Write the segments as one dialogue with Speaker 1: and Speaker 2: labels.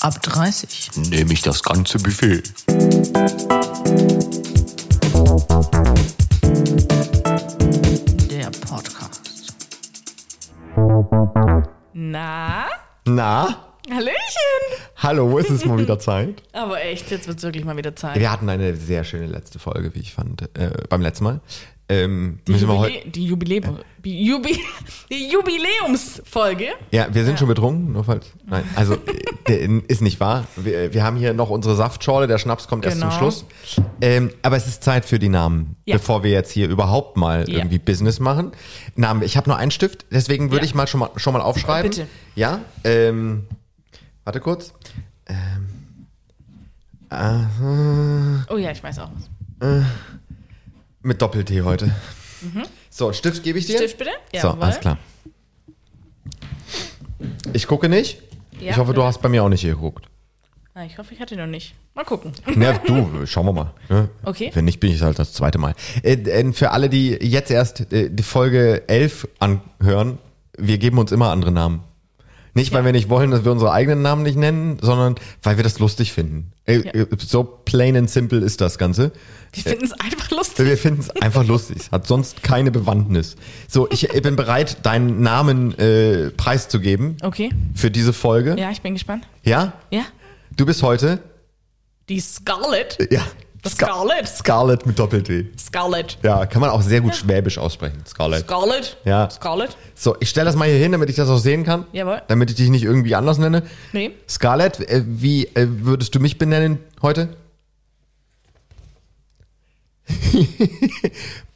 Speaker 1: Ab 30.
Speaker 2: Nehme ich das ganze Buffet.
Speaker 1: Der Podcast.
Speaker 3: Na?
Speaker 2: Na,
Speaker 3: Hallöchen!
Speaker 2: hallo, es ist mal wieder Zeit.
Speaker 3: Aber echt, jetzt wird's wirklich mal wieder Zeit.
Speaker 2: Wir hatten eine sehr schöne letzte Folge, wie ich fand, äh, beim letzten Mal. Ähm, müssen wir heute.
Speaker 3: Jubilä die, Jubiläum die, Jubi die Jubiläumsfolge.
Speaker 2: Ja, wir sind schon betrunken, nur falls. Nein, also äh, der- ist nicht wahr. Wir, wir haben hier noch unsere Saftschorle, der Schnaps kommt erst zum
Speaker 3: Genau.
Speaker 2: Schluss. Ähm, aber es ist Zeit für die Namen,
Speaker 3: Ja.
Speaker 2: bevor wir jetzt hier überhaupt mal
Speaker 3: Ja.
Speaker 2: irgendwie Business machen. Namen, ich habe nur einen Stift, deswegen würde
Speaker 3: Ja.
Speaker 2: ich mal schon mal schon mal aufschreiben.
Speaker 3: Bitte.
Speaker 2: Ja. Ähm, warte kurz.
Speaker 3: Oh ja, ich weiß auch was.
Speaker 2: Mit Doppel-T heute. So, Stift gebe ich dir.
Speaker 3: Mhm. Stift bitte?
Speaker 2: so,
Speaker 3: Jawohl.
Speaker 2: alles klar. Ich gucke nicht.
Speaker 3: Ja,
Speaker 2: ich hoffe, du
Speaker 3: bitte.
Speaker 2: hast bei mir auch nicht geguckt.
Speaker 3: Ah, ich hoffe, ich hatte noch nicht. Mal gucken.
Speaker 2: Na, du, schauen wir mal. ne?
Speaker 3: Okay.
Speaker 2: Wenn nicht, bin ich halt das zweite Mal. Äh, denn für alle, die jetzt erst äh, die Folge 11 anhören, wir geben uns immer andere Namen. Nicht, weil wir nicht wollen, dass wir unsere eigenen Namen nicht nennen, sondern weil wir das lustig finden. Äh,
Speaker 3: Ja.
Speaker 2: äh, So plain and simple ist das Ganze.
Speaker 3: Die finden es einfach lustig.
Speaker 2: Wir finden es einfach lustig. Es Hat sonst keine Bewandtnis. So, ich äh, bin bereit, deinen Namen äh, preiszugeben
Speaker 3: Okay.
Speaker 2: für diese Folge.
Speaker 3: Ja, ich bin gespannt.
Speaker 2: Ja?
Speaker 3: Ja?
Speaker 2: Du bist heute?
Speaker 3: Die Scarlett.
Speaker 2: Ja.
Speaker 3: Das Scarlett.
Speaker 2: Scarlett mit Doppel-T.
Speaker 3: Scarlett.
Speaker 2: Ja, kann man auch sehr gut schwäbisch aussprechen, Scarlett.
Speaker 3: Scarlett.
Speaker 2: Ja.
Speaker 3: Scarlett.
Speaker 2: So, ich stelle das mal hier hin, damit ich das auch sehen kann.
Speaker 3: Jawohl.
Speaker 2: Damit ich dich nicht irgendwie anders nenne.
Speaker 3: Nee.
Speaker 2: Scarlett, äh, wie äh, würdest du mich benennen heute?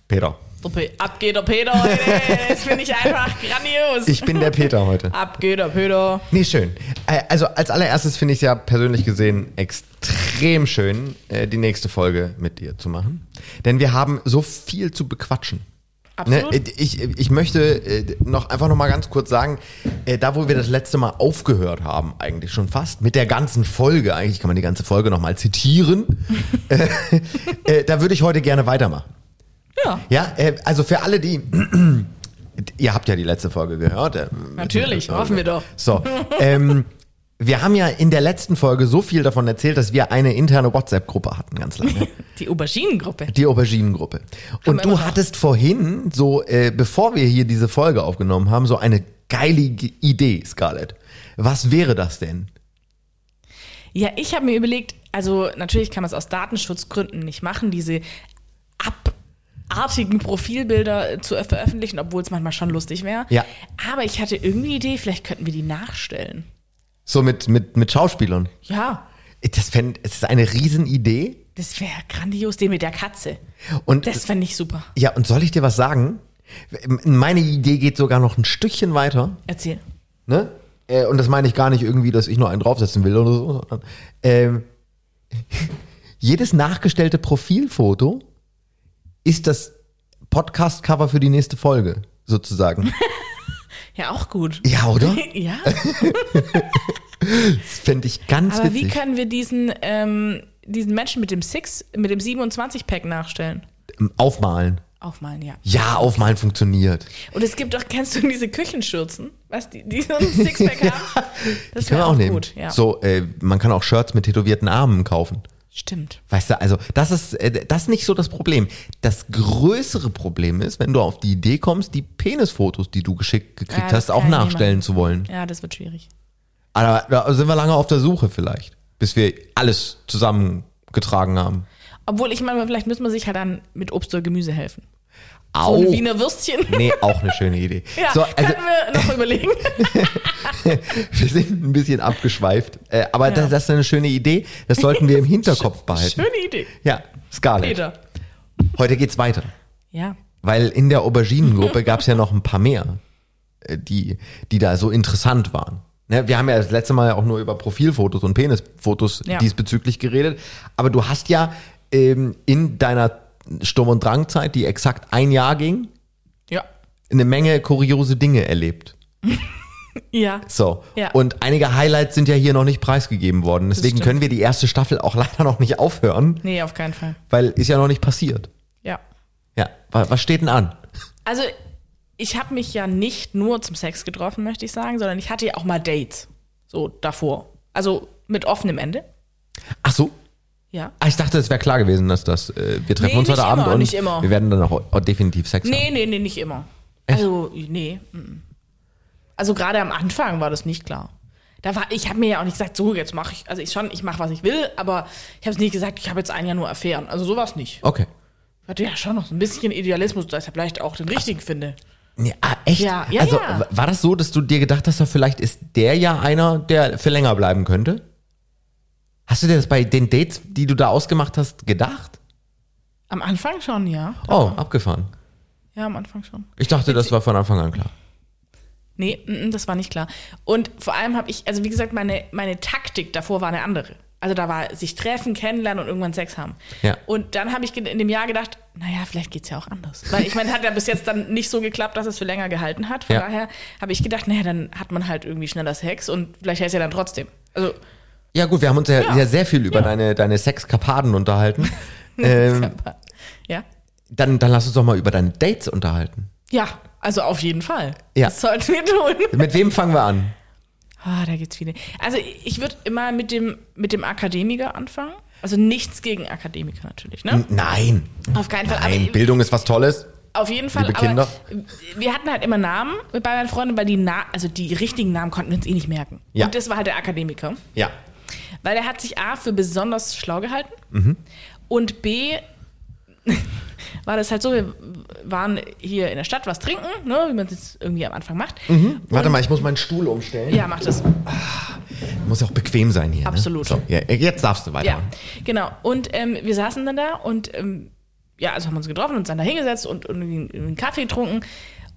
Speaker 2: Peter.
Speaker 3: Der Pe Ab geht der Peter heute. Das finde ich einfach grandios.
Speaker 2: Ich bin der Peter heute.
Speaker 3: Ab geht der Peter.
Speaker 2: Nee, schön. Äh, Also als allererstes finde ich es ja persönlich gesehen extrem schön, äh, die nächste Folge mit dir zu machen. Denn wir haben so viel zu bequatschen. Ne,
Speaker 3: Absolut.
Speaker 2: äh, ich, ich möchte äh, noch einfach noch mal ganz kurz sagen, äh, da wo wir das letzte Mal aufgehört haben, eigentlich schon fast, mit der ganzen Folge, eigentlich kann man die ganze Folge noch mal zitieren, äh, äh, da würde ich heute gerne weitermachen.
Speaker 3: Ja.
Speaker 2: Ja, äh, also für alle, die. Ihr habt ja die letzte Folge gehört. äh,
Speaker 3: Natürlich,
Speaker 2: äh,
Speaker 3: hoffen wir doch.
Speaker 2: So, ähm, wir haben ja in der letzten Folge so viel davon erzählt, dass wir eine interne WhatsApp-Gruppe hatten, ganz lange.
Speaker 3: Die Auberginengruppe.
Speaker 2: Die Auberginengruppe. Und
Speaker 3: wir immer
Speaker 2: du
Speaker 3: noch.
Speaker 2: hattest vorhin, so äh, bevor wir hier diese Folge aufgenommen haben, so eine geile G- Idee, Scarlett. Was wäre das denn?
Speaker 3: Ja, ich habe mir überlegt, also natürlich kann man es aus Datenschutzgründen nicht machen, diese abartigen Profilbilder äh, zu veröffentlichen, obwohl es manchmal schon lustig wäre.
Speaker 2: Ja.
Speaker 3: Aber ich hatte irgendwie die Idee, vielleicht könnten wir die nachstellen.
Speaker 2: So mit, mit, mit Schauspielern. Äh,
Speaker 3: Ja,
Speaker 2: Das, fänd, das ist eine Riesenidee.
Speaker 3: das wäre grandios, den mit der Katze.
Speaker 2: Und
Speaker 3: Das fände ich super.
Speaker 2: Ja, und soll ich dir was sagen? M- Meine Idee geht sogar noch ein Stückchen weiter.
Speaker 3: Erzähl.
Speaker 2: Ne? Äh, und das meine ich gar nicht irgendwie, dass ich noch einen draufsetzen will oder so. sondern, Ähm, jedes nachgestellte Profilfoto ist das Podcast-Cover für die nächste Folge, sozusagen.
Speaker 3: Ja, auch gut.
Speaker 2: Ja, oder?
Speaker 3: Ja,
Speaker 2: Das fände ich ganz
Speaker 3: aber wie
Speaker 2: witzig.
Speaker 3: können wir diesen, ähm, diesen Menschen mit dem Six, mit dem 27-Pack nachstellen?
Speaker 2: Ähm, Aufmalen.
Speaker 3: Aufmalen, ja.
Speaker 2: Ja, aufmalen funktioniert.
Speaker 3: Und es gibt doch, kennst du diese Küchenschürzen? Was, die, die so ein Sixpack haben? Das
Speaker 2: Können
Speaker 3: wär
Speaker 2: wir auch nehmen.
Speaker 3: gut, ja.
Speaker 2: So, äh, man kann auch Shirts mit tätowierten Armen kaufen.
Speaker 3: Stimmt.
Speaker 2: Weißt du, also das ist äh, das ist nicht so das Problem. Das größere Problem ist, wenn du auf die Idee kommst, die Penisfotos, die du geschickt
Speaker 3: Ja,
Speaker 2: gekriegt
Speaker 3: das
Speaker 2: hast, auch
Speaker 3: kann
Speaker 2: nachstellen
Speaker 3: niemand.
Speaker 2: zu wollen.
Speaker 3: Ja, das wird schwierig.
Speaker 2: Aber da sind wir lange auf der Suche vielleicht, bis wir alles zusammengetragen haben.
Speaker 3: Obwohl, ich meine, vielleicht müssen wir sich halt dann mit Obst oder Gemüse helfen.
Speaker 2: Au.
Speaker 3: So ein Wiener Würstchen.
Speaker 2: Nee, auch eine schöne Idee.
Speaker 3: Ja, genau.
Speaker 2: so, also
Speaker 3: können wir noch überlegen.
Speaker 2: wir sind ein bisschen abgeschweift, äh, aber das, das ist eine schöne Idee. Das sollten wir im Hinterkopf behalten.
Speaker 3: Schöne Idee.
Speaker 2: Ja, Scarlett.
Speaker 3: Peter.
Speaker 2: Heute geht's weiter.
Speaker 3: Ja.
Speaker 2: Weil in der Auberginengruppe gab es ja noch ein paar mehr, äh, die, die da so interessant waren. Ne, wir haben ja das letzte Mal auch nur über Profilfotos und Penisfotos
Speaker 3: Ja.
Speaker 2: diesbezüglich geredet. Aber du hast ja ähm, in deiner Sturm- und Drangzeit, die exakt ein Jahr ging,
Speaker 3: Ja.
Speaker 2: eine Menge kuriose Dinge erlebt.
Speaker 3: Ja.
Speaker 2: So.
Speaker 3: Ja.
Speaker 2: Und einige Highlights sind ja hier noch nicht preisgegeben worden. Deswegen
Speaker 3: stimmt.
Speaker 2: können wir die erste Staffel auch leider noch nicht aufhören,
Speaker 3: Nee, auf keinen Fall.
Speaker 2: weil ist ja noch nicht passiert.
Speaker 3: Ja.
Speaker 2: Ja. Wa- Was steht denn an?
Speaker 3: Also, ich habe mich ja nicht nur zum Sex getroffen, möchte ich sagen, sondern ich hatte ja auch mal Dates. So davor. Also Mit offenem Ende.
Speaker 2: Ach so.
Speaker 3: Ja.
Speaker 2: Ah, ich dachte, es wäre klar gewesen, dass das. Äh, wir treffen
Speaker 3: Nee,
Speaker 2: uns
Speaker 3: nicht
Speaker 2: heute Abend
Speaker 3: immer,
Speaker 2: und
Speaker 3: nicht immer.
Speaker 2: wir werden dann auch, auch definitiv Sex
Speaker 3: Nee, nee, nee, nicht immer. Also, nee. mm. Also gerade am Anfang war das nicht klar. Da war, ich habe mir ja auch nicht gesagt, so jetzt mache ich, also ich schon, ich mache was ich will, aber ich habe es nicht gesagt, ich habe jetzt ein Jahr nur Affären. Also sowas nicht.
Speaker 2: haben. Okay.
Speaker 3: Ich hatte ja schon noch so ein bisschen Idealismus, dass ich vielleicht auch den richtigen finde.
Speaker 2: Nee, ah, echt?
Speaker 3: Ja, ja,
Speaker 2: also
Speaker 3: ja.
Speaker 2: w- war das so, dass du dir gedacht hast, da vielleicht ist der ja einer, der für länger bleiben könnte? Hast du dir das bei den Dates, die du da ausgemacht hast, gedacht?
Speaker 3: Am Anfang schon, ja.
Speaker 2: Oh, abgefahren.
Speaker 3: Ja, am Anfang schon.
Speaker 2: Ich dachte, das war von Anfang an klar.
Speaker 3: Nee, mm, mm, das war nicht klar. Und vor allem habe ich, also wie gesagt, meine, meine Taktik davor war eine andere. Also da war sich treffen, kennenlernen und irgendwann Sex haben.
Speaker 2: Ja.
Speaker 3: Und dann habe ich ge- in dem Jahr gedacht, naja, vielleicht geht's ja auch anders. Weil ich meine, hat ja bis jetzt dann nicht so geklappt, dass es für länger gehalten hat. Von
Speaker 2: Ja.
Speaker 3: daher habe ich gedacht, naja, dann hat man halt irgendwie schneller Sex und vielleicht heißt ja dann trotzdem. Also
Speaker 2: Ja gut, wir haben uns ja,
Speaker 3: Ja.
Speaker 2: ja sehr viel über deine, deine Sexkapaden unterhalten. ähm,
Speaker 3: ja.
Speaker 2: dann, dann lass uns doch mal über deine Dates unterhalten.
Speaker 3: Ja, also auf jeden Fall.
Speaker 2: Ja.
Speaker 3: Das sollten wir tun.
Speaker 2: Mit wem fangen wir an?
Speaker 3: Ah, da gibt's viele. Also ich würde immer mit dem, mit dem Akademiker anfangen. Also nichts gegen Akademiker natürlich, ne?
Speaker 2: N- Nein.
Speaker 3: Auf keinen Fall.
Speaker 2: Nein,
Speaker 3: aber,
Speaker 2: Bildung ist was Tolles.
Speaker 3: auf jeden Fall.
Speaker 2: liebe
Speaker 3: aber
Speaker 2: Kinder.
Speaker 3: Wir hatten halt immer Namen bei meinen Freunden, weil die, Na also die richtigen Namen konnten wir uns eh nicht merken.
Speaker 2: Ja.
Speaker 3: Und das war halt der Akademiker.
Speaker 2: Ja.
Speaker 3: Weil der hat sich A für besonders schlau gehalten
Speaker 2: Mhm.
Speaker 3: und B war das halt so, wir waren hier in der Stadt was trinken, ne, wie man es jetzt irgendwie am Anfang macht.
Speaker 2: Warte mal, ich muss meinen Stuhl umstellen.
Speaker 3: Ja, macht das.
Speaker 2: Muss ja auch bequem sein hier.
Speaker 3: Absolut.
Speaker 2: Ne? So, ja, jetzt darfst du
Speaker 3: Ja,
Speaker 2: weitermachen.
Speaker 3: genau. Und ähm, wir saßen dann da und ähm, ja, also haben uns getroffen und uns dann da hingesetzt und, und irgendwie einen Kaffee getrunken.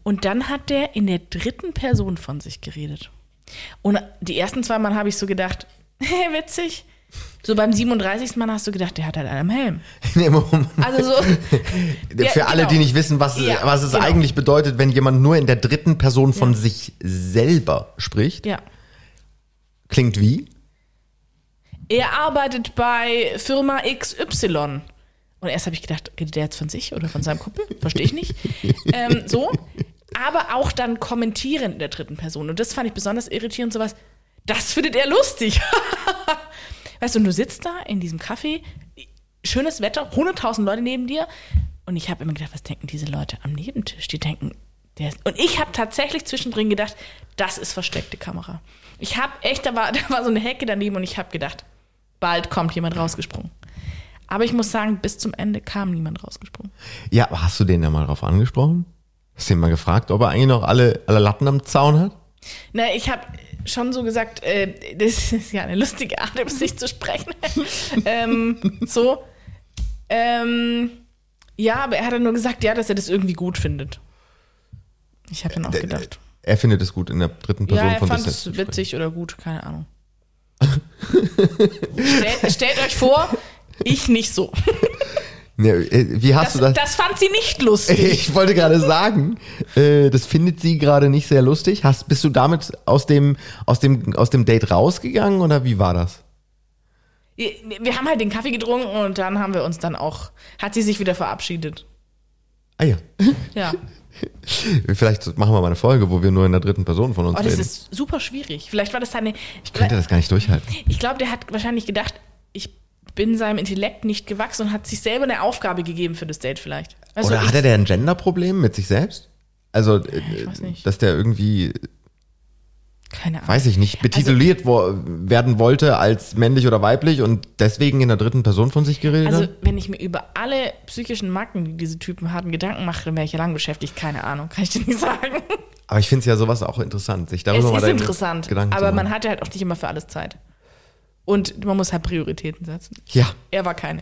Speaker 3: Und dann hat der in der dritten Person von sich geredet. Und die ersten zwei Mal habe ich so gedacht, hey, witzig. So beim 37. Mal hast du gedacht, der hat halt einen am Helm.
Speaker 2: Nee, Moment.
Speaker 3: Also so. Ja,
Speaker 2: Für alle,
Speaker 3: genau.
Speaker 2: die nicht wissen, was,
Speaker 3: Ja,
Speaker 2: was es
Speaker 3: genau.
Speaker 2: eigentlich bedeutet, wenn jemand nur in der dritten Person von sich selber spricht,
Speaker 3: Ja.
Speaker 2: klingt wie?
Speaker 3: Er arbeitet bei Firma XY. Und erst habe ich gedacht, redet der jetzt von sich oder von seinem Kumpel? Verstehe ich nicht. ähm, so. Aber auch dann kommentieren in der dritten Person. Und das fand ich besonders irritierend, sowas. Das findet er lustig. weißt du, und du sitzt da in diesem Café, schönes Wetter, 100.000 Leute neben dir. Und ich habe immer gedacht, was denken diese Leute am Nebentisch? Die denken, der ist. Und ich habe tatsächlich zwischendrin gedacht, das ist versteckte Kamera. Ich habe echt, da war, da war so eine Hecke daneben und ich habe gedacht, bald kommt jemand rausgesprungen. Aber ich muss sagen, bis zum Ende kam niemand rausgesprungen.
Speaker 2: Ja, aber hast du den ja mal drauf angesprochen? Hast du ihn mal gefragt, ob er eigentlich noch alle, alle Latten am Zaun hat?
Speaker 3: Na, ich habe schon so gesagt, äh, das ist ja eine lustige Art, über sich zu sprechen. ähm, so. Ähm, ja, aber er hat dann nur gesagt, ja, dass er das irgendwie gut findet. Ich habe dann auch gedacht.
Speaker 2: Er findet es gut in der dritten Äh, Person
Speaker 3: Ja, er
Speaker 2: von
Speaker 3: fand
Speaker 2: sich
Speaker 3: es
Speaker 2: selbst.
Speaker 3: witzig oder gut, keine Ahnung. stellt, stellt euch vor, ich nicht so.
Speaker 2: Nee, äh, wie hast
Speaker 3: Das,
Speaker 2: du das?
Speaker 3: das fand sie nicht lustig.
Speaker 2: Ich wollte gerade sagen, äh, das findet sie gerade nicht sehr lustig. Hast, bist du damit aus dem, aus, dem, aus dem Date rausgegangen oder wie war das?
Speaker 3: Wir haben halt den Kaffee getrunken und dann haben wir uns dann auch, hat sie sich wieder verabschiedet.
Speaker 2: Ah ja.
Speaker 3: Ja.
Speaker 2: Vielleicht machen wir mal eine Folge, wo wir nur in der dritten Person von uns
Speaker 3: Oh, das
Speaker 2: reden.
Speaker 3: ist super schwierig. Vielleicht war das seine. Ich,
Speaker 2: ich könnte das gar nicht durchhalten.
Speaker 3: ich glaube, der hat wahrscheinlich gedacht, ich bin seinem Intellekt nicht gewachsen und hat sich selber eine Aufgabe gegeben für das Date vielleicht. Weißt du,
Speaker 2: Oder hat
Speaker 3: Also ich-
Speaker 2: er denn ein Genderproblem mit sich selbst? Also, äh,
Speaker 3: weiß nicht.
Speaker 2: dass der irgendwie,
Speaker 3: keine Ahnung. Also,
Speaker 2: weiß ich nicht, betituliert wo, werden wollte als männlich oder weiblich und deswegen in der dritten Person von sich geredet
Speaker 3: Also,
Speaker 2: hat?
Speaker 3: wenn ich mir über alle psychischen Macken, die diese Typen hatten, Gedanken mache, dann wäre ich ja lang beschäftigt. Keine Ahnung, kann ich dir nicht sagen.
Speaker 2: Aber ich finde es ja sowas auch interessant, sich
Speaker 3: Es
Speaker 2: darüber mal
Speaker 3: ist
Speaker 2: deine
Speaker 3: interessant,
Speaker 2: Gedanken
Speaker 3: aber
Speaker 2: zu
Speaker 3: man
Speaker 2: machen.
Speaker 3: hat ja halt auch nicht immer für alles Zeit. Und man muss halt Prioritäten setzen.
Speaker 2: Ja.
Speaker 3: Er war keine.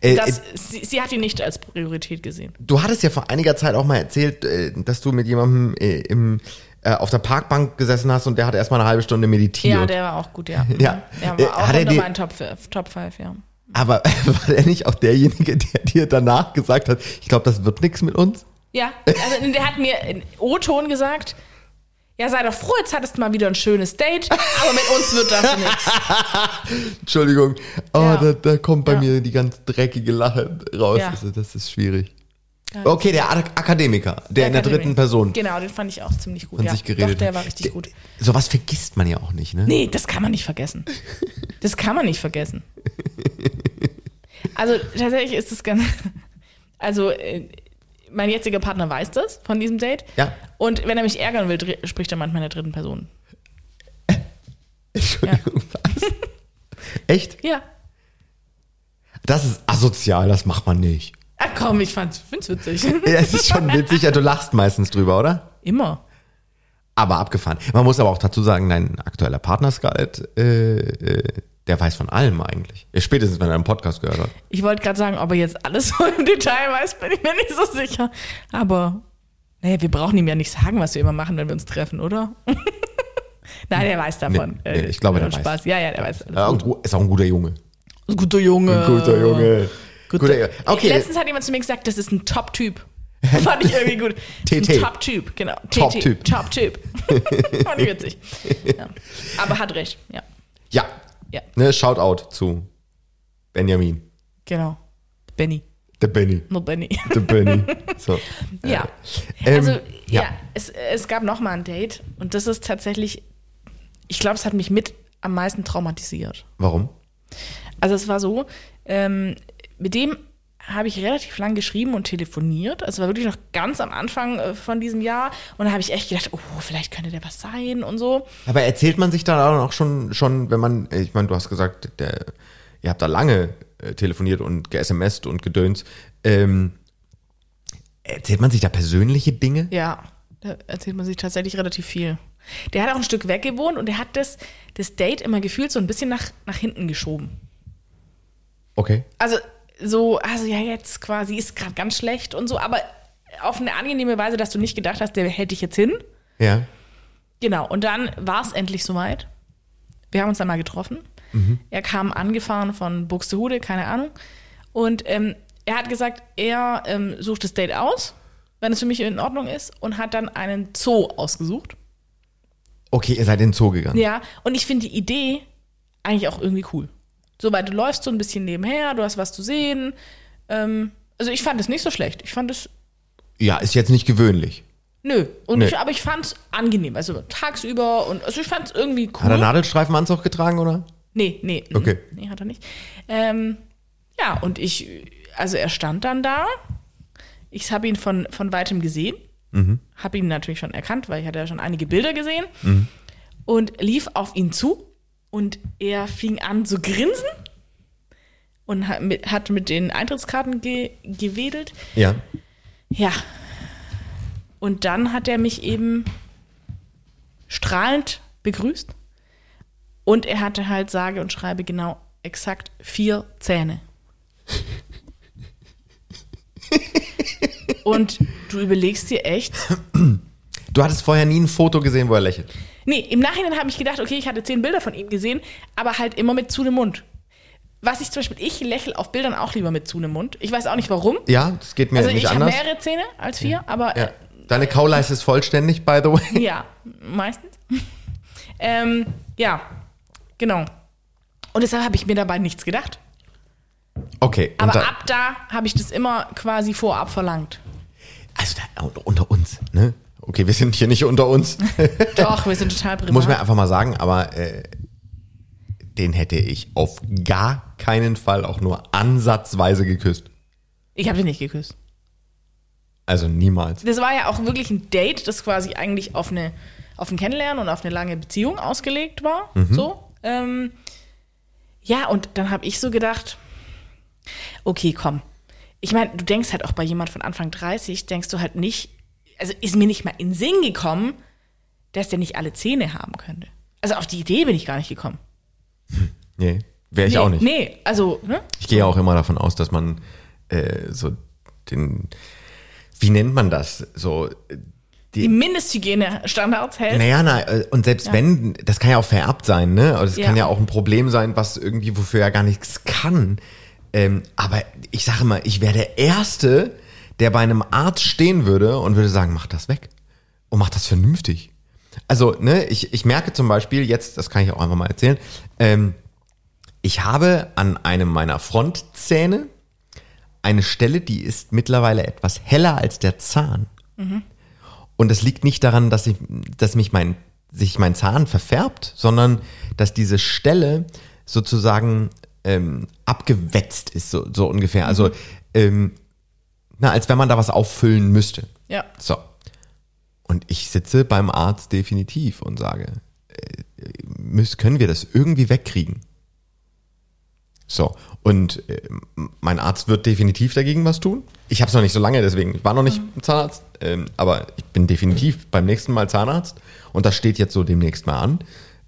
Speaker 2: Äh,
Speaker 3: Das,
Speaker 2: äh,
Speaker 3: sie, sie hat ihn nicht als Priorität gesehen.
Speaker 2: du hattest ja vor einiger Zeit auch mal erzählt, äh, dass du mit jemandem äh, im, äh, auf der Parkbank gesessen hast und der hat erstmal eine halbe Stunde meditiert.
Speaker 3: Ja, der war auch gut, ja.
Speaker 2: Ja.
Speaker 3: Der
Speaker 2: Äh,
Speaker 3: war auch
Speaker 2: hat er
Speaker 3: unter
Speaker 2: die-
Speaker 3: meinen Top 5, Top 5 ja.
Speaker 2: Aber war er nicht auch derjenige, der dir danach gesagt hat, ich glaube, das wird nichts mit uns?
Speaker 3: Ja,
Speaker 2: Äh.
Speaker 3: also der hat mir in O-Ton gesagt, ja, sei doch froh, jetzt hattest du mal wieder ein schönes Date, aber mit uns wird das nichts.
Speaker 2: Entschuldigung, oh,
Speaker 3: Ja.
Speaker 2: da, da kommt bei
Speaker 3: Ja.
Speaker 2: mir die ganz dreckige Lache raus.
Speaker 3: Ja.
Speaker 2: Also, das ist schwierig. Okay, der Ak Akademiker, der, in der
Speaker 3: Akademie.
Speaker 2: dritten Person
Speaker 3: Genau, den fand ich auch ziemlich gut.
Speaker 2: von
Speaker 3: ja.
Speaker 2: sich geredet
Speaker 3: Doch, der
Speaker 2: hat.
Speaker 3: war richtig
Speaker 2: Der-
Speaker 3: gut.
Speaker 2: Sowas vergisst man ja auch nicht, ne?
Speaker 3: Nee, das kann man nicht vergessen. Das kann man nicht vergessen. Also tatsächlich ist das ganz. Also äh, mein jetziger Partner weiß das von diesem Date.
Speaker 2: Ja.
Speaker 3: Und wenn er mich ärgern will, dr- spricht er manchmal in der dritten Person.
Speaker 2: Entschuldigung, was? Echt?
Speaker 3: Ja.
Speaker 2: Das ist asozial, das macht man nicht.
Speaker 3: Ach komm, ich fand's, find's witzig.
Speaker 2: Es ist schon witzig, ja, du lachst meistens drüber, oder?
Speaker 3: Immer.
Speaker 2: Aber abgefahren. Man muss aber auch dazu sagen, dein aktueller Partner Scarlett, äh, äh, der weiß von allem eigentlich. Spätestens, wenn er einen Podcast gehört hat.
Speaker 3: Ich wollte gerade sagen, ob er jetzt alles so im Detail weiß, bin ich mir nicht so sicher. Aber naja, wir brauchen ihm ja nicht sagen, was wir immer machen, wenn wir uns treffen, oder? Nein, er weiß davon.
Speaker 2: Nee, nee, ich glaube,
Speaker 3: Nur
Speaker 2: der weiß.
Speaker 3: Spaß. Ja, ja, der weiß.
Speaker 2: Äh,
Speaker 3: Alles.
Speaker 2: und gu- ist auch ein guter Junge.
Speaker 3: Guter Junge.
Speaker 2: Guter, Junge. Okay,
Speaker 3: Oh. Letztens hat jemand zu mir gesagt, das ist ein Top-Typ. Fand ich irgendwie gut. Das ist
Speaker 2: TT.
Speaker 3: Ein Top-Typ, genau. TT.
Speaker 2: Top-Typ.
Speaker 3: Top-Typ. Fand ich witzig. Ja. Aber hat recht, ja.
Speaker 2: ja.
Speaker 3: Ja.
Speaker 2: Ne, Shoutout zu Benjamin.
Speaker 3: Genau. Benny.
Speaker 2: Der Benny.
Speaker 3: Nur Benny.
Speaker 2: Der Benny. So.
Speaker 3: Ja.
Speaker 2: Ähm,
Speaker 3: also, ja,
Speaker 2: ja.
Speaker 3: es, es gab nochmal ein Date und das ist tatsächlich, ich glaube, es hat mich mit am meisten traumatisiert.
Speaker 2: Warum?
Speaker 3: Also es war so, ähm, mit dem habe ich relativ lang geschrieben und telefoniert. Also war wirklich noch ganz am Anfang äh, von diesem Jahr. Und da habe ich echt gedacht, oh, vielleicht könnte der was sein und so.
Speaker 2: Aber erzählt man sich dann auch schon, schon wenn man, ich meine, du hast gesagt, der, ihr habt da lange äh, telefoniert und ge-SMSt und gedöns. Ähm, erzählt man sich da persönliche Dinge?
Speaker 3: Ja, da erzählt man sich tatsächlich relativ viel. Der hat auch ein Stück weg gewohnt und der hat das, das Date immer gefühlt so ein bisschen nach, nach hinten geschoben.
Speaker 2: Okay.
Speaker 3: Also so, also ja, jetzt quasi ist gerade ganz schlecht und so, aber auf eine angenehme Weise, dass du nicht gedacht hast, der hält dich jetzt hin.
Speaker 2: Ja.
Speaker 3: Genau, und dann war es endlich soweit. Wir haben uns dann mal getroffen. Er kam angefahren von Buxtehude, keine Ahnung. Und ähm, er hat gesagt, er ähm, sucht das Date aus, wenn es für mich in Ordnung ist, und hat dann einen Zoo ausgesucht.
Speaker 2: Okay, ihr seid in den Zoo gegangen.
Speaker 3: Ja, und ich finde die Idee eigentlich auch irgendwie cool. So, weil du läufst so ein bisschen nebenher, du hast was zu sehen. Ähm, also ich fand es nicht so schlecht. Ich fand es,
Speaker 2: Ja, ist jetzt nicht gewöhnlich.
Speaker 3: nö. Und
Speaker 2: Nee.
Speaker 3: ich, aber ich fand es angenehm. Also tagsüber und also ich fand es irgendwie cool.
Speaker 2: Hat er Nadelstreifenanzug getragen, oder?
Speaker 3: Nee, nee. mhm.
Speaker 2: Okay.
Speaker 3: Nee, hat er nicht. Ähm, ja, und ich, also er stand dann da. Ich habe ihn von, von weitem gesehen. Habe ihn natürlich schon erkannt, weil ich hatte ja schon einige Bilder gesehen. Und lief auf ihn zu. Und er fing an zu grinsen. Und hat mit, hat mit den Eintrittskarten ge, gewedelt.
Speaker 2: Ja.
Speaker 3: Ja. Und dann hat er mich eben strahlend begrüßt. Und er hatte halt sage und schreibe genau exakt vier Zähne. und du überlegst dir echt.
Speaker 2: Du hattest vorher nie ein Foto gesehen, wo er lächelt.
Speaker 3: Nee, im Nachhinein habe ich gedacht, okay, ich hatte zehn Bilder von ihm gesehen, aber halt immer mit zu dem Mund. Was ich zum Beispiel, ich lächle auf Bildern auch lieber mit zu dem Mund. Ich weiß auch nicht warum.
Speaker 2: Ja, das geht mir
Speaker 3: Also ich
Speaker 2: nicht
Speaker 3: habe
Speaker 2: anders.
Speaker 3: mehrere Zähne als vier, aber äh,
Speaker 2: Ja. Deine Kauleiste ist vollständig, by the way.
Speaker 3: Ja, meistens. ähm, ja, genau. Und deshalb habe ich mir dabei nichts gedacht.
Speaker 2: Okay.
Speaker 3: Aber
Speaker 2: unter,
Speaker 3: ab da habe ich das immer quasi vorab verlangt.
Speaker 2: also da, unter uns, ne? Okay, wir sind hier nicht unter uns.
Speaker 3: Doch, wir sind total privat.
Speaker 2: Muss man einfach mal sagen, aber äh, den hätte ich auf gar keinen Fall auch nur ansatzweise geküsst.
Speaker 3: ich habe dich nicht geküsst.
Speaker 2: Also niemals.
Speaker 3: Das war ja auch wirklich ein Date, das quasi eigentlich auf, eine, auf ein Kennenlernen und auf eine lange Beziehung ausgelegt war.
Speaker 2: Mhm.
Speaker 3: So. Ähm, ja, und dann habe ich so gedacht, okay, komm. Ich meine, du denkst halt auch bei jemand von Anfang 30, denkst du halt nicht, also ist mir nicht mal in den Sinn gekommen, dass der nicht alle Zähne haben könnte. Also auf die Idee bin ich gar nicht gekommen.
Speaker 2: Nee, wäre ich
Speaker 3: nee,
Speaker 2: auch nicht.
Speaker 3: Nee, also, ne?
Speaker 2: Ich gehe ja auch immer davon aus, dass man äh, so den, wie nennt man das? So, äh,
Speaker 3: Die Mindesthygienestandards hält.
Speaker 2: naja, na, äh, und selbst wenn, das kann ja auch vererbt sein, ne? Aber das
Speaker 3: Ja.
Speaker 2: kann ja auch ein Problem sein, was irgendwie, wofür er gar nichts kann. Ähm, aber ich sage mal, ich wäre der Erste, der bei einem Arzt stehen würde und würde sagen, mach das weg. Und mach das vernünftig. Also, ne, ich, ich merke zum Beispiel jetzt, das kann ich auch einfach mal erzählen, ähm, ich habe an einem meiner Frontzähne eine Stelle, die ist mittlerweile etwas heller als der Zahn. Und das liegt nicht daran, dass, ich, dass mich mein, sich mein Zahn verfärbt, sondern dass diese Stelle sozusagen ähm, abgewetzt ist, so, so ungefähr. Also, ähm, na, als wenn man da was auffüllen müsste.
Speaker 3: Ja.
Speaker 2: So. Und ich sitze beim Arzt definitiv und sage, äh, müssen, können wir das irgendwie wegkriegen? So, und äh, m- mein Arzt wird definitiv dagegen was tun. Ich habe es noch nicht so lange, deswegen, ich war noch nicht
Speaker 3: Mhm.
Speaker 2: im Zahnarzt, ähm, aber ich bin definitiv beim nächsten Mal Zahnarzt und das steht jetzt so demnächst mal an,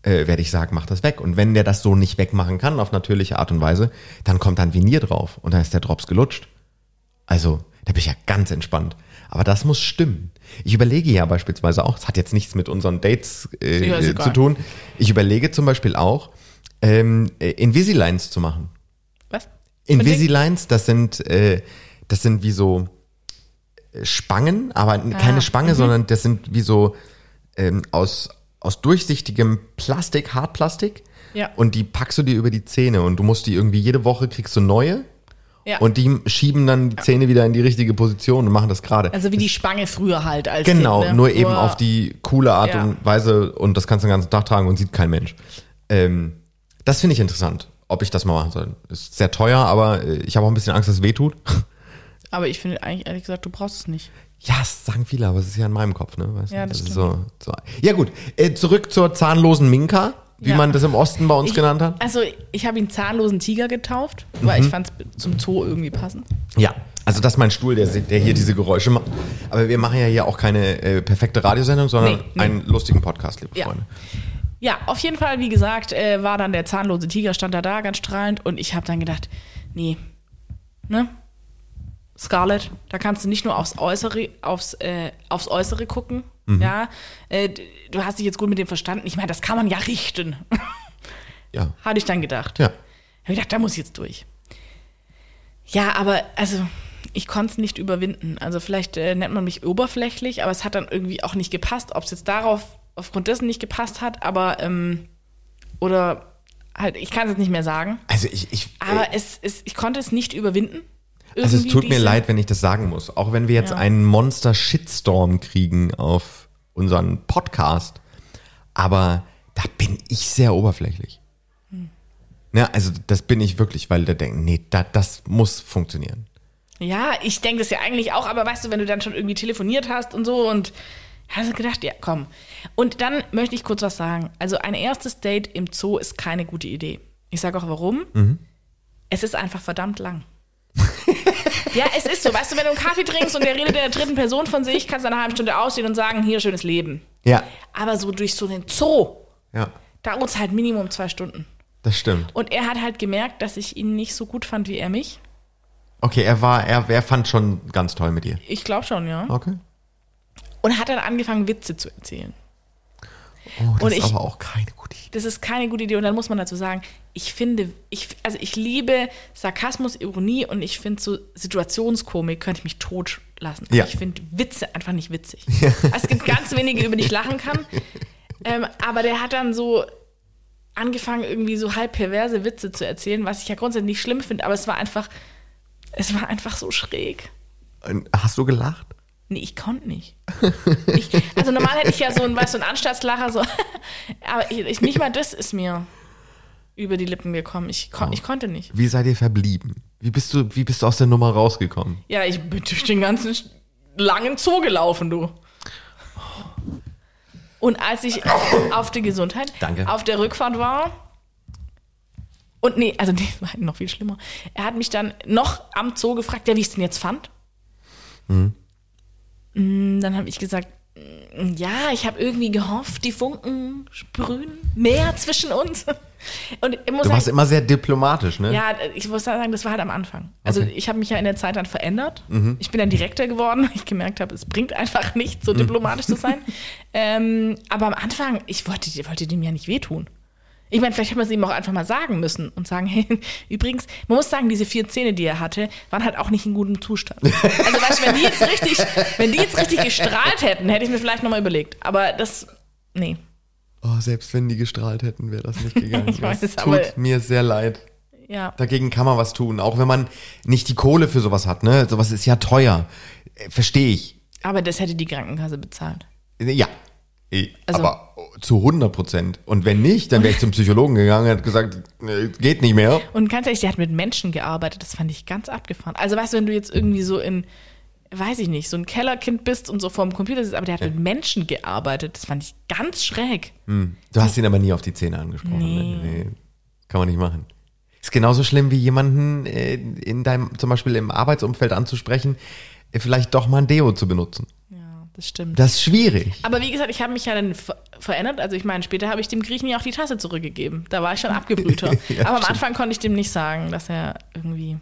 Speaker 2: äh, werde ich sagen, mach das weg. Und wenn der das so nicht wegmachen kann, auf natürliche Art und Weise, dann kommt dann Vinier drauf und dann ist der Drops gelutscht. Also, da bin ich ja ganz entspannt. Aber das muss stimmen. Ich überlege ja beispielsweise auch, es hat jetzt nichts mit unseren Dates äh,
Speaker 3: Ja, ist
Speaker 2: äh,
Speaker 3: egal.
Speaker 2: zu tun, ich überlege zum Beispiel auch, ähm, äh, Invisilines zu machen.
Speaker 3: Was?
Speaker 2: Invisilines, das sind, äh, das sind wie so äh, Spangen, aber
Speaker 3: Ah,
Speaker 2: n- keine
Speaker 3: mhm.
Speaker 2: Spange, sondern das sind wie so ähm, aus, aus durchsichtigem Plastik, Hartplastik.
Speaker 3: Ja.
Speaker 2: Und die packst du dir über die Zähne und du musst die irgendwie jede Woche kriegst du neue
Speaker 3: Ja.
Speaker 2: und die schieben dann die Zähne wieder in die richtige Position und machen das gerade.
Speaker 3: also wie die Spange früher halt als
Speaker 2: Genau,
Speaker 3: Kind, ne?
Speaker 2: nur eben
Speaker 3: Boah.
Speaker 2: auf die coole Art
Speaker 3: Ja.
Speaker 2: und Weise und das kannst du den ganzen Tag tragen und sieht kein Mensch. Ähm, das finde ich interessant, ob ich das mal machen soll. Ist sehr teuer, aber äh, ich habe auch ein bisschen Angst, dass es weh tut.
Speaker 3: Aber ich finde eigentlich, ehrlich gesagt, du brauchst es nicht.
Speaker 2: Ja, das sagen viele, aber es ist ja in meinem Kopf, ne? Weißt du,
Speaker 3: Ja, das
Speaker 2: ist so, so. Ja, gut. Äh, zurück zur zahnlosen Minka, wie
Speaker 3: Ja.
Speaker 2: man das im Osten bei uns
Speaker 3: Ich-
Speaker 2: genannt hat. Mhm.
Speaker 3: Also, ich habe ihn zahnlosen Tiger getauft, weil ich fand es zum Zoo irgendwie passend.
Speaker 2: Ja. Also das ist mein Stuhl, der, der hier diese Geräusche macht. Aber wir machen ja hier auch keine äh, perfekte Radiosendung, sondern
Speaker 3: Nee, nee.
Speaker 2: einen lustigen Podcast, liebe
Speaker 3: Ja.
Speaker 2: Freunde.
Speaker 3: Ja, auf jeden Fall, wie gesagt, äh, war dann der zahnlose Tiger, stand da da, ganz strahlend. Und ich habe dann gedacht, nee, ne? Scarlett, da kannst du nicht nur aufs Äußere, aufs, äh, aufs Äußere gucken.
Speaker 2: Mhm.
Speaker 3: Ja, äh, d- du hast dich jetzt gut mit dem verstanden. Ich meine, das kann man ja richten,
Speaker 2: Ja.
Speaker 3: hatte ich dann gedacht.
Speaker 2: Ja.
Speaker 3: Habe gedacht, da muss ich jetzt durch. Ja, aber also ich konnte es nicht überwinden. Also vielleicht äh, nennt man mich oberflächlich, aber es hat dann irgendwie auch nicht gepasst. Ob es jetzt darauf aufgrund dessen nicht gepasst hat, aber ähm, oder halt, ich kann es jetzt nicht mehr sagen.
Speaker 2: Also ich, ich
Speaker 3: Aber es, es, ich konnte es nicht überwinden.
Speaker 2: Also es
Speaker 3: Irgendwie
Speaker 2: tut mir
Speaker 3: diese-
Speaker 2: leid, wenn ich das sagen muss. Auch wenn wir jetzt
Speaker 3: Ja.
Speaker 2: einen Monster-Shitstorm kriegen auf unseren Podcast. Aber da bin ich sehr oberflächlich.
Speaker 3: Hm.
Speaker 2: Ja, also das bin ich wirklich, weil da denken, nee, da, das muss funktionieren.
Speaker 3: Ja, ich denke das ja eigentlich auch, aber weißt du, wenn du dann schon irgendwie telefoniert hast und so und hast du gedacht, ja, komm. Und dann möchte ich kurz was sagen. Also ein erstes Date im Zoo ist keine gute Idee. Ich sage auch warum. Es ist einfach verdammt lang. ja, es ist so. Weißt du, wenn du einen Kaffee trinkst und der redet in der dritten Person von sich, kannst du nach einer halben Stunde aussehen und sagen, hier, schönes Leben.
Speaker 2: Ja,
Speaker 3: Aber so durch so einen Zoo
Speaker 2: ja,
Speaker 3: dauert es halt Minimum zwei Stunden.
Speaker 2: das stimmt.
Speaker 3: Und er hat halt gemerkt, dass ich ihn nicht so gut fand wie er mich.
Speaker 2: Okay, er war, er, er fand schon ganz toll mit dir.
Speaker 3: Ich glaube schon, ja.
Speaker 2: Okay.
Speaker 3: Und hat dann angefangen, Witze zu erzählen.
Speaker 2: Oh, das
Speaker 3: Und
Speaker 2: ist
Speaker 3: ich-
Speaker 2: aber auch keine gute Idee.
Speaker 3: das ist keine gute Idee. Und dann muss man dazu sagen, ich finde, ich, also ich liebe Sarkasmus, Ironie und ich finde so Situationskomik könnte ich mich tot lassen.
Speaker 2: Ja.
Speaker 3: Ich finde Witze einfach nicht witzig. Also es gibt ganz wenige, über die ich lachen kann. Ähm, aber der hat dann so angefangen, irgendwie so halb perverse Witze zu erzählen, was ich ja grundsätzlich nicht schlimm finde, aber es war einfach, es war einfach so schräg.
Speaker 2: Und Hast du gelacht?
Speaker 3: Nee, ich konnte nicht. Ich, also normal hätte ich ja so einen, weißt du, einen Anstattslacher, so. Aber ich, ich, nicht mal das ist mir über die Lippen gekommen. Ich, kon, ich konnte nicht.
Speaker 2: Wie seid ihr verblieben? Wie bist du, wie bist du aus der Nummer rausgekommen?
Speaker 3: Ja, ich bin durch den ganzen sch- langen Zoo gelaufen, du. Und als ich auf die Gesundheit,
Speaker 2: Danke.
Speaker 3: auf der Rückfahrt war, und nee, also nee, das war noch viel schlimmer. Er hat mich dann noch am Zoo gefragt, ja, wie ich es denn jetzt fand.
Speaker 2: Mhm.
Speaker 3: Mm, Dann habe ich gesagt, mm, ja, ich habe irgendwie gehofft, die Funken sprühen mehr zwischen uns. Und ich muss
Speaker 2: Du
Speaker 3: sagen,
Speaker 2: warst immer sehr diplomatisch, ne?
Speaker 3: ja, ich muss sagen, das war halt am Anfang. Also
Speaker 2: Okay.
Speaker 3: ich habe mich ja in der Zeit dann verändert. Ich bin dann direkter geworden, weil ich gemerkt habe, es bringt einfach nicht, so diplomatisch zu sein. Ähm, aber am Anfang, ich wollte, wollte dem ja nicht wehtun. Ich meine, vielleicht hätte man es ihm auch einfach mal sagen müssen und sagen, hey, übrigens, man muss sagen, diese vier Zähne, die er hatte, waren halt auch nicht in gutem Zustand. Also weißt du, wenn die jetzt richtig, wenn die jetzt richtig gestrahlt hätten, hätte ich mir vielleicht nochmal überlegt. Aber das, nee.
Speaker 2: Oh, selbst wenn die gestrahlt hätten, wäre das nicht gegangen.
Speaker 3: Ich weiß
Speaker 2: es
Speaker 3: es,
Speaker 2: tut
Speaker 3: aber-
Speaker 2: mir sehr leid.
Speaker 3: Ja.
Speaker 2: Dagegen kann man was tun, auch wenn man nicht die Kohle für sowas hat. Ne? Sowas ist ja teuer. Äh, Verstehe ich.
Speaker 3: Aber das hätte die Krankenkasse bezahlt.
Speaker 2: Ja. Eh,
Speaker 3: Also-
Speaker 2: aber zu 100 Prozent. Und wenn nicht, dann wäre ich zum Psychologen gegangen und hätte gesagt, nee, geht nicht mehr.
Speaker 3: Und ganz ehrlich, der hat mit Menschen gearbeitet. Das fand ich ganz abgefahren. Also weißt du, wenn du jetzt irgendwie so in, weiß ich nicht, so ein Kellerkind bist und so vorm Computer sitzt, aber der hat mit Menschen gearbeitet. Das fand ich ganz schräg.
Speaker 2: Du hast ihn aber nie auf die Zähne angesprochen. Nee. nee. Kann man nicht machen. Ist genauso schlimm wie jemanden äh, in deinem, zum Beispiel im Arbeitsumfeld anzusprechen, äh, vielleicht doch mal ein Deo zu benutzen.
Speaker 3: Ja, das stimmt.
Speaker 2: Das ist schwierig.
Speaker 3: aber wie gesagt, ich habe mich ja dann ver verändert. Also ich meine, später habe ich dem Griechen ja auch die Tasse zurückgegeben. Da war ich schon abgebrühter.
Speaker 2: Ja,
Speaker 3: aber am
Speaker 2: stimmt.
Speaker 3: Anfang konnte ich dem nicht sagen, dass er irgendwie.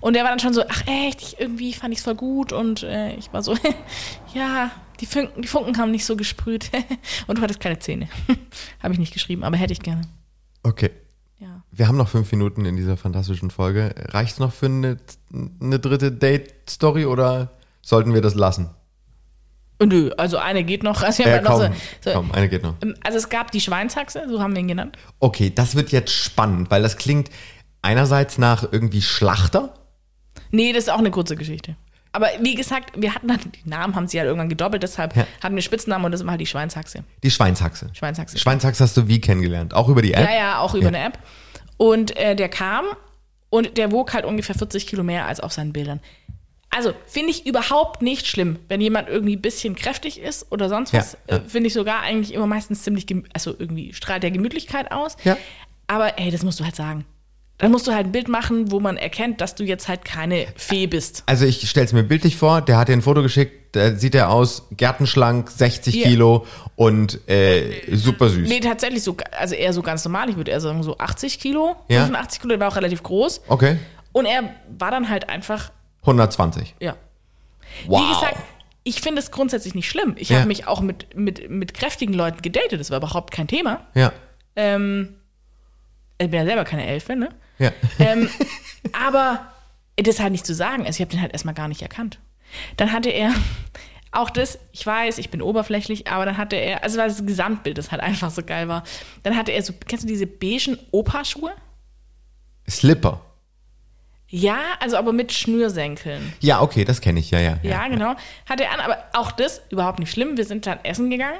Speaker 3: Und er war dann schon so, ach echt, ich, irgendwie fand ich es voll gut und äh, ich war so, ja, die Funken, die Funken haben nicht so gesprüht und du hattest kleine Zähne. habe ich nicht geschrieben, aber hätte ich gerne.
Speaker 2: Okay.
Speaker 3: Ja.
Speaker 2: Wir haben noch fünf Minuten in dieser fantastischen Folge. Reicht's noch für eine, eine dritte Date-Story oder sollten wir das lassen?
Speaker 3: Nö, also eine geht noch. Also, ich hab
Speaker 2: Äh,
Speaker 3: halt noch
Speaker 2: komm,
Speaker 3: so, so,
Speaker 2: komm, eine geht noch.
Speaker 3: Ähm, also es gab die Schweinshaxe, so haben wir ihn genannt.
Speaker 2: Okay, das wird jetzt spannend, weil das klingt einerseits nach irgendwie Schlachter.
Speaker 3: Nee, das ist auch eine kurze Geschichte. Aber wie gesagt, wir hatten dann, die Namen haben sie halt irgendwann gedoppelt, deshalb
Speaker 2: Ja.
Speaker 3: hatten wir Spitznamen und das war halt die Schweinshaxe.
Speaker 2: Die Schweinshaxe.
Speaker 3: Schweinshaxe.
Speaker 2: Schweinshaxe hast du wie kennengelernt? Auch über die App?
Speaker 3: ja, ja, auch über eine App. Und äh, der kam und der wog halt ungefähr 40 Kilo mehr als auf seinen Bildern. Also finde ich überhaupt nicht schlimm, wenn jemand irgendwie ein bisschen kräftig ist oder sonst
Speaker 2: Ja,
Speaker 3: was.
Speaker 2: ja.
Speaker 3: Äh, Finde ich sogar eigentlich immer meistens ziemlich, gemü- also irgendwie strahlt der Gemütlichkeit aus.
Speaker 2: Ja.
Speaker 3: Aber ey, das musst du halt sagen. Dann musst du halt ein Bild machen, wo man erkennt, dass du jetzt halt keine Fee bist.
Speaker 2: Also ich stelle es mir bildlich vor, der hat dir ein Foto geschickt, da sieht er aus, gärtenschlank, 60
Speaker 3: Ja.
Speaker 2: Kilo und äh, super süß.
Speaker 3: Nee, tatsächlich so, also eher so ganz normal. Ich würde eher sagen so 80 Kilo,
Speaker 2: Ja.
Speaker 3: 85 Kilo, der war auch relativ groß.
Speaker 2: Okay,
Speaker 3: Und er war dann halt einfach,
Speaker 2: 120.
Speaker 3: ja,
Speaker 2: Wow.
Speaker 3: Wie gesagt, ich finde es grundsätzlich nicht schlimm. Ich
Speaker 2: Ja.
Speaker 3: habe mich auch mit, mit, mit kräftigen Leuten gedatet, das war überhaupt kein Thema.
Speaker 2: ja,
Speaker 3: Ähm, ich bin ja selber keine Elfe, ne?
Speaker 2: ja.
Speaker 3: Ähm, aber das ist halt nicht zu sagen. Also ich habe den halt erstmal gar nicht erkannt. Dann hatte er auch das, ich weiß, ich bin oberflächlich, aber dann hatte er, also war das Gesamtbild, das halt einfach so geil war. Dann hatte er so, kennst du diese beigen Opa-Schuhe?
Speaker 2: Slipper.
Speaker 3: Ja, also aber mit Schnürsenkeln.
Speaker 2: Ja, okay, das kenne ich, ja, ja.
Speaker 3: Ja, genau. Hat er an, aber auch das überhaupt nicht schlimm. Wir sind dann essen gegangen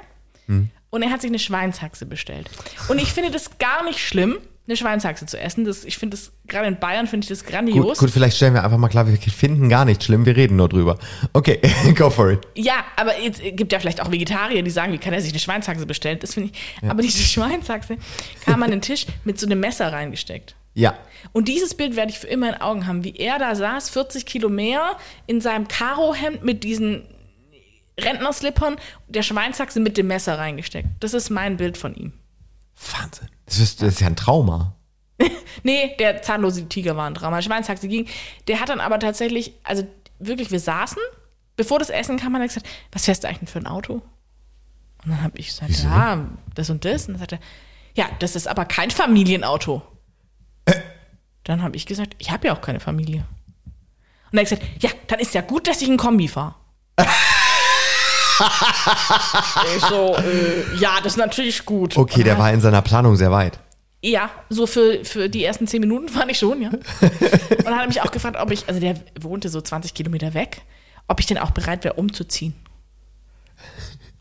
Speaker 2: Mhm.
Speaker 3: und er hat sich eine Schweinshaxe bestellt. Und ich finde das gar nicht schlimm, eine Schweinshaxe zu essen. Das, ich finde das, gerade in Bayern finde ich das
Speaker 2: Gut,
Speaker 3: grandios.
Speaker 2: gut, vielleicht stellen wir einfach mal klar, wir finden gar nicht schlimm, wir reden nur drüber. Okay, go for it.
Speaker 3: Ja, aber jetzt äh, gibt ja vielleicht auch Vegetarier, die sagen, wie kann er sich eine Schweinshaxe bestellen? Das finde ich. Aber diese Schweinshaxe kam an den Tisch mit so einem Messer reingesteckt.
Speaker 2: Ja,
Speaker 3: Und dieses Bild werde ich für immer in Augen haben, wie er da saß, 40 Kilo mehr, in seinem Karohemd mit diesen Rentnerslippern, der Schweinshaxe mit dem Messer reingesteckt. Das ist mein Bild von ihm.
Speaker 2: Wahnsinn. Das ist, das ist ja ein Trauma.
Speaker 3: Nee, der zahnlose Tiger war ein Drama. Schweinshaxe ging. Der hat dann aber tatsächlich, also wirklich, wir saßen, bevor das Essen kam, hat er gesagt, was fährst du eigentlich denn für ein Auto? Und dann habe ich gesagt,
Speaker 2: Wieso?
Speaker 3: ja, das und das. Und dann sagt er, ja, das ist aber kein Familienauto.
Speaker 2: Äh.
Speaker 3: Dann habe ich gesagt, ich habe ja auch keine Familie. Und er hat gesagt, ja, dann ist ja gut, dass ich ein Kombi fahre. ich so, äh, ja, das ist natürlich gut.
Speaker 2: Okay, der
Speaker 3: war
Speaker 2: war in seiner Planung sehr weit.
Speaker 3: ja, so für, für die ersten zehn Minuten fand ich schon, ja. Und dann hat er mich auch gefragt, ob ich, also der wohnte so 20 Kilometer weg, ob ich denn auch bereit wäre, umzuziehen.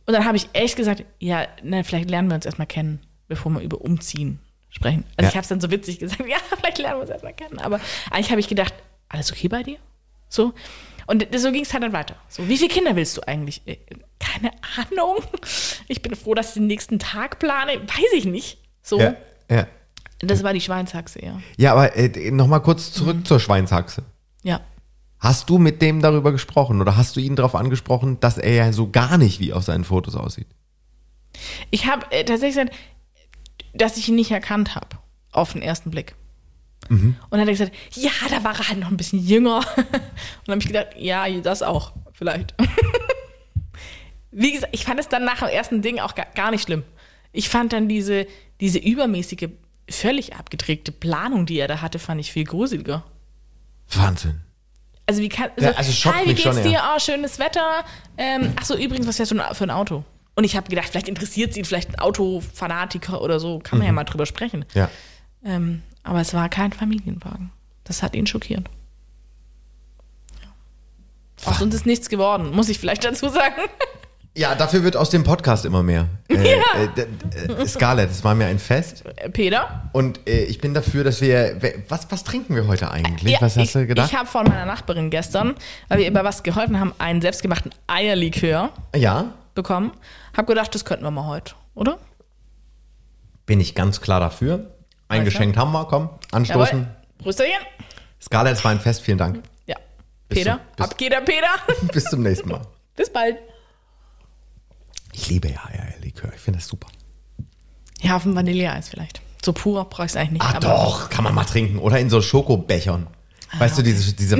Speaker 3: Und dann habe ich echt gesagt, ja, na, vielleicht lernen wir uns erstmal kennen, bevor wir über Umziehen sprechen. Also
Speaker 2: Ja.
Speaker 3: ich habe es dann so witzig gesagt, ja, vielleicht lernen wir uns erstmal kennen. Aber eigentlich habe ich gedacht, alles okay bei dir? So. Und das- so ging es halt dann weiter. So, wie viele Kinder willst du eigentlich? Äh, Keine Ahnung. Ich bin froh, dass ich den nächsten Tag plane. Weiß ich nicht. So.
Speaker 2: Ja, ja.
Speaker 3: Das war die Schweinshaxe, ja.
Speaker 2: ja aber äh, nochmal kurz zurück zur Schweinshaxe.
Speaker 3: Ja.
Speaker 2: Hast du mit dem darüber gesprochen oder hast du ihn darauf angesprochen, dass er ja so gar nicht wie auf seinen Fotos aussieht?
Speaker 3: Ich habe äh, tatsächlich gesagt, dass ich ihn nicht erkannt habe, auf den ersten Blick. Und dann hat er gesagt, ja, da war er halt noch ein bisschen jünger. Und dann habe ich gedacht, ja, das auch, vielleicht. Wie gesagt, ich fand es dann nach dem ersten Ding auch gar, gar nicht schlimm. Ich fand dann diese, diese übermäßige, völlig abgedrehte Planung, die er da hatte, fand ich viel gruseliger.
Speaker 2: Wahnsinn.
Speaker 3: Also wie kann,
Speaker 2: Ja,
Speaker 3: so,
Speaker 2: also schockt
Speaker 3: hi, wie
Speaker 2: mich schon,
Speaker 3: geht's dir?
Speaker 2: ja.
Speaker 3: Ah, schönes Wetter. Ähm, ach so, übrigens, was fährst du für ein Auto? Und ich habe
Speaker 2: Mhm.
Speaker 3: gedacht, vielleicht interessiert sie vielleicht ein Autofanatiker oder so, kann man ja mal drüber sprechen.
Speaker 2: Ja.
Speaker 3: Ähm, Aber es war kein Familienwagen. Das hat ihn schockiert. Ja. Aus uns ist nichts geworden, muss ich vielleicht dazu sagen.
Speaker 2: Ja, dafür wird aus dem Podcast immer mehr. Äh, äh, d- d- äh, Scarlett, es war mir ein Fest.
Speaker 3: Äh, Peter?
Speaker 2: Und äh, ich bin dafür, dass wir. we- Was, was trinken wir heute eigentlich?
Speaker 3: Ja,
Speaker 2: was hast
Speaker 3: ich,
Speaker 2: du gedacht?
Speaker 3: Ich habe von meiner Nachbarin gestern, weil wir über was geholfen haben, einen selbstgemachten Eierlikör
Speaker 2: ja,
Speaker 3: bekommen. Hab gedacht, das könnten wir mal heute, oder?
Speaker 2: bin ich ganz klar dafür. Eingeschenkt haben wir, komm, anstoßen.
Speaker 3: Jawohl. Prösterchen.
Speaker 2: Scarlett, es war ein Fest, vielen Dank.
Speaker 3: Ja.
Speaker 2: Bis
Speaker 3: Peter,
Speaker 2: zum- bis-
Speaker 3: ab geht der Peter.
Speaker 2: Bis zum nächsten Mal.
Speaker 3: Bis bald.
Speaker 2: Ich liebe ja Eierlikör, ich finde das super.
Speaker 3: Ja, auf dem Vanilleeis vielleicht. So pur brauche ich es eigentlich nicht.
Speaker 2: Ah
Speaker 3: aber- Ah,
Speaker 2: doch, kann man mal trinken. Oder in so Schokobechern. Weißt du, diese, diese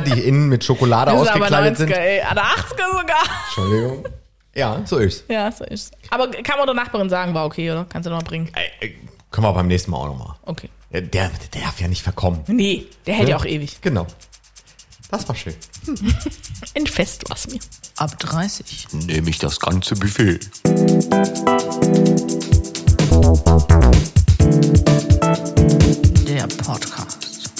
Speaker 2: die innen mit Schokolade
Speaker 3: Das ist aber
Speaker 2: ausgekleidet
Speaker 3: 90er,
Speaker 2: sind?
Speaker 3: ey. Oder 80er sogar.
Speaker 2: Entschuldigung. Ja, so ist.
Speaker 3: Ja, so ist's. Aber kann man der Nachbarin sagen, war okay, oder? Kannst du nochmal bringen?
Speaker 2: Äh, äh, Können wir beim nächsten Mal auch nochmal.
Speaker 3: Okay.
Speaker 2: Der, der darf ja nicht verkommen.
Speaker 3: Nee, der hält ja auch ewig.
Speaker 2: Genau. Das war schön.
Speaker 3: Ein Fest war's mir.
Speaker 1: Ab 30.
Speaker 4: nehme ich das ganze Buffet.
Speaker 1: Der Podcast.